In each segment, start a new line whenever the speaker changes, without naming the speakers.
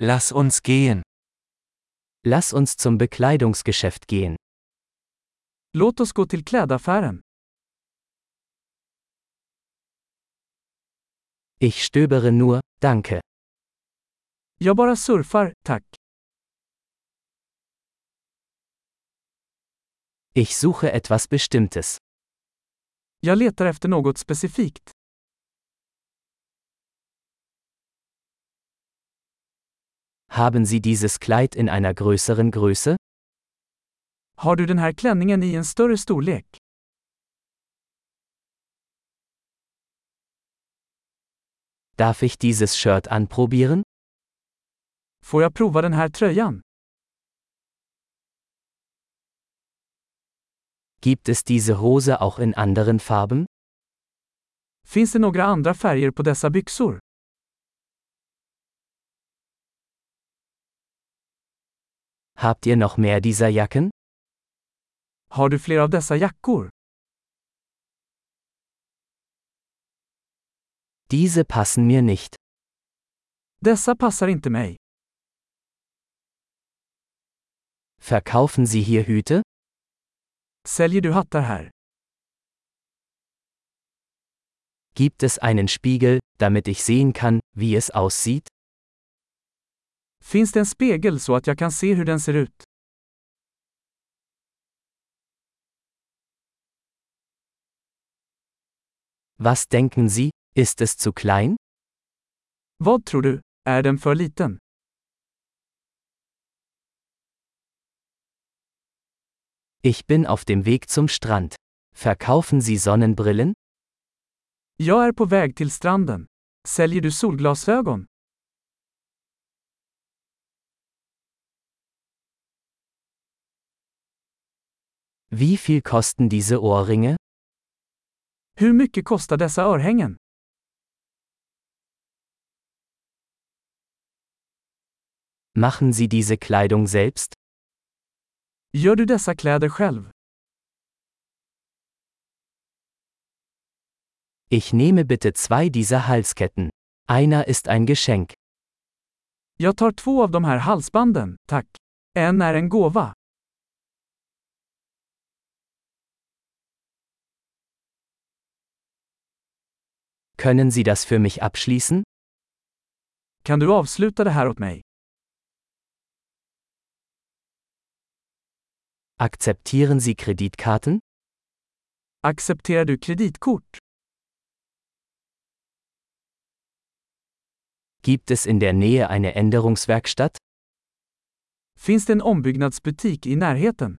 Lass uns gehen.
Lass uns zum Bekleidungsgeschäft gehen.
Låt oss gå till klädaffären.
Ich stöbere nur, danke.
Jag bara surfar, tack.
Ich suche etwas Bestimmtes.
Jag letar efter något specifikt.
Haben Sie dieses Kleid in einer größeren Größe?
Har du den här klänningen i en större storlek?
Darf ich dieses Shirt anprobieren?
Får jag prova den här tröjan?
Gibt es diese Hose auch in anderen Farben?
Finns det några andra färger på dessa byxor?
Habt ihr noch mehr dieser Jacken?
Har du fler av dessa jackor?
Diese passen mir nicht.
Dessa passar inte mig.
Verkaufen Sie hier Hüte?
Säljer du hattar här?
Gibt es einen Spiegel, damit ich sehen kann, wie es aussieht?
Finns det en spegel så att jag kan se hur den ser ut?
Was denken Sie, ist es zu klein?
Vad tror du? Är den för liten?
Ich bin auf dem Weg zum Strand. Verkaufen Sie Sonnenbrillen?
Jag är på väg till stranden. Säljer du solglasögon?
Wie viel kosten diese Ohrringe?
Hur mycket kostar dessa örhängen?
Machen Sie diese Kleidung selbst?
Gör du dessa kläder själv?
Ich nehme bitte zwei dieser Halsketten. Einer ist ein Geschenk.
Jag tar två av de här halsbanden, tack. En är en gåva.
Können Sie das für mich abschließen?
Kan du avsluta det här åt mig?
Akzeptieren Sie Kreditkarten?
Accepterar du kreditkort?
Gibt es in der Nähe eine Änderungswerkstatt?
Finns det en ombyggnadsbutik i närheten?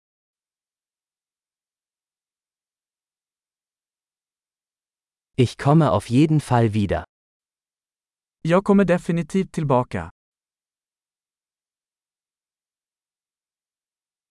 Ich komme auf jeden Fall wieder.
Jag kommer definitivt tillbaka.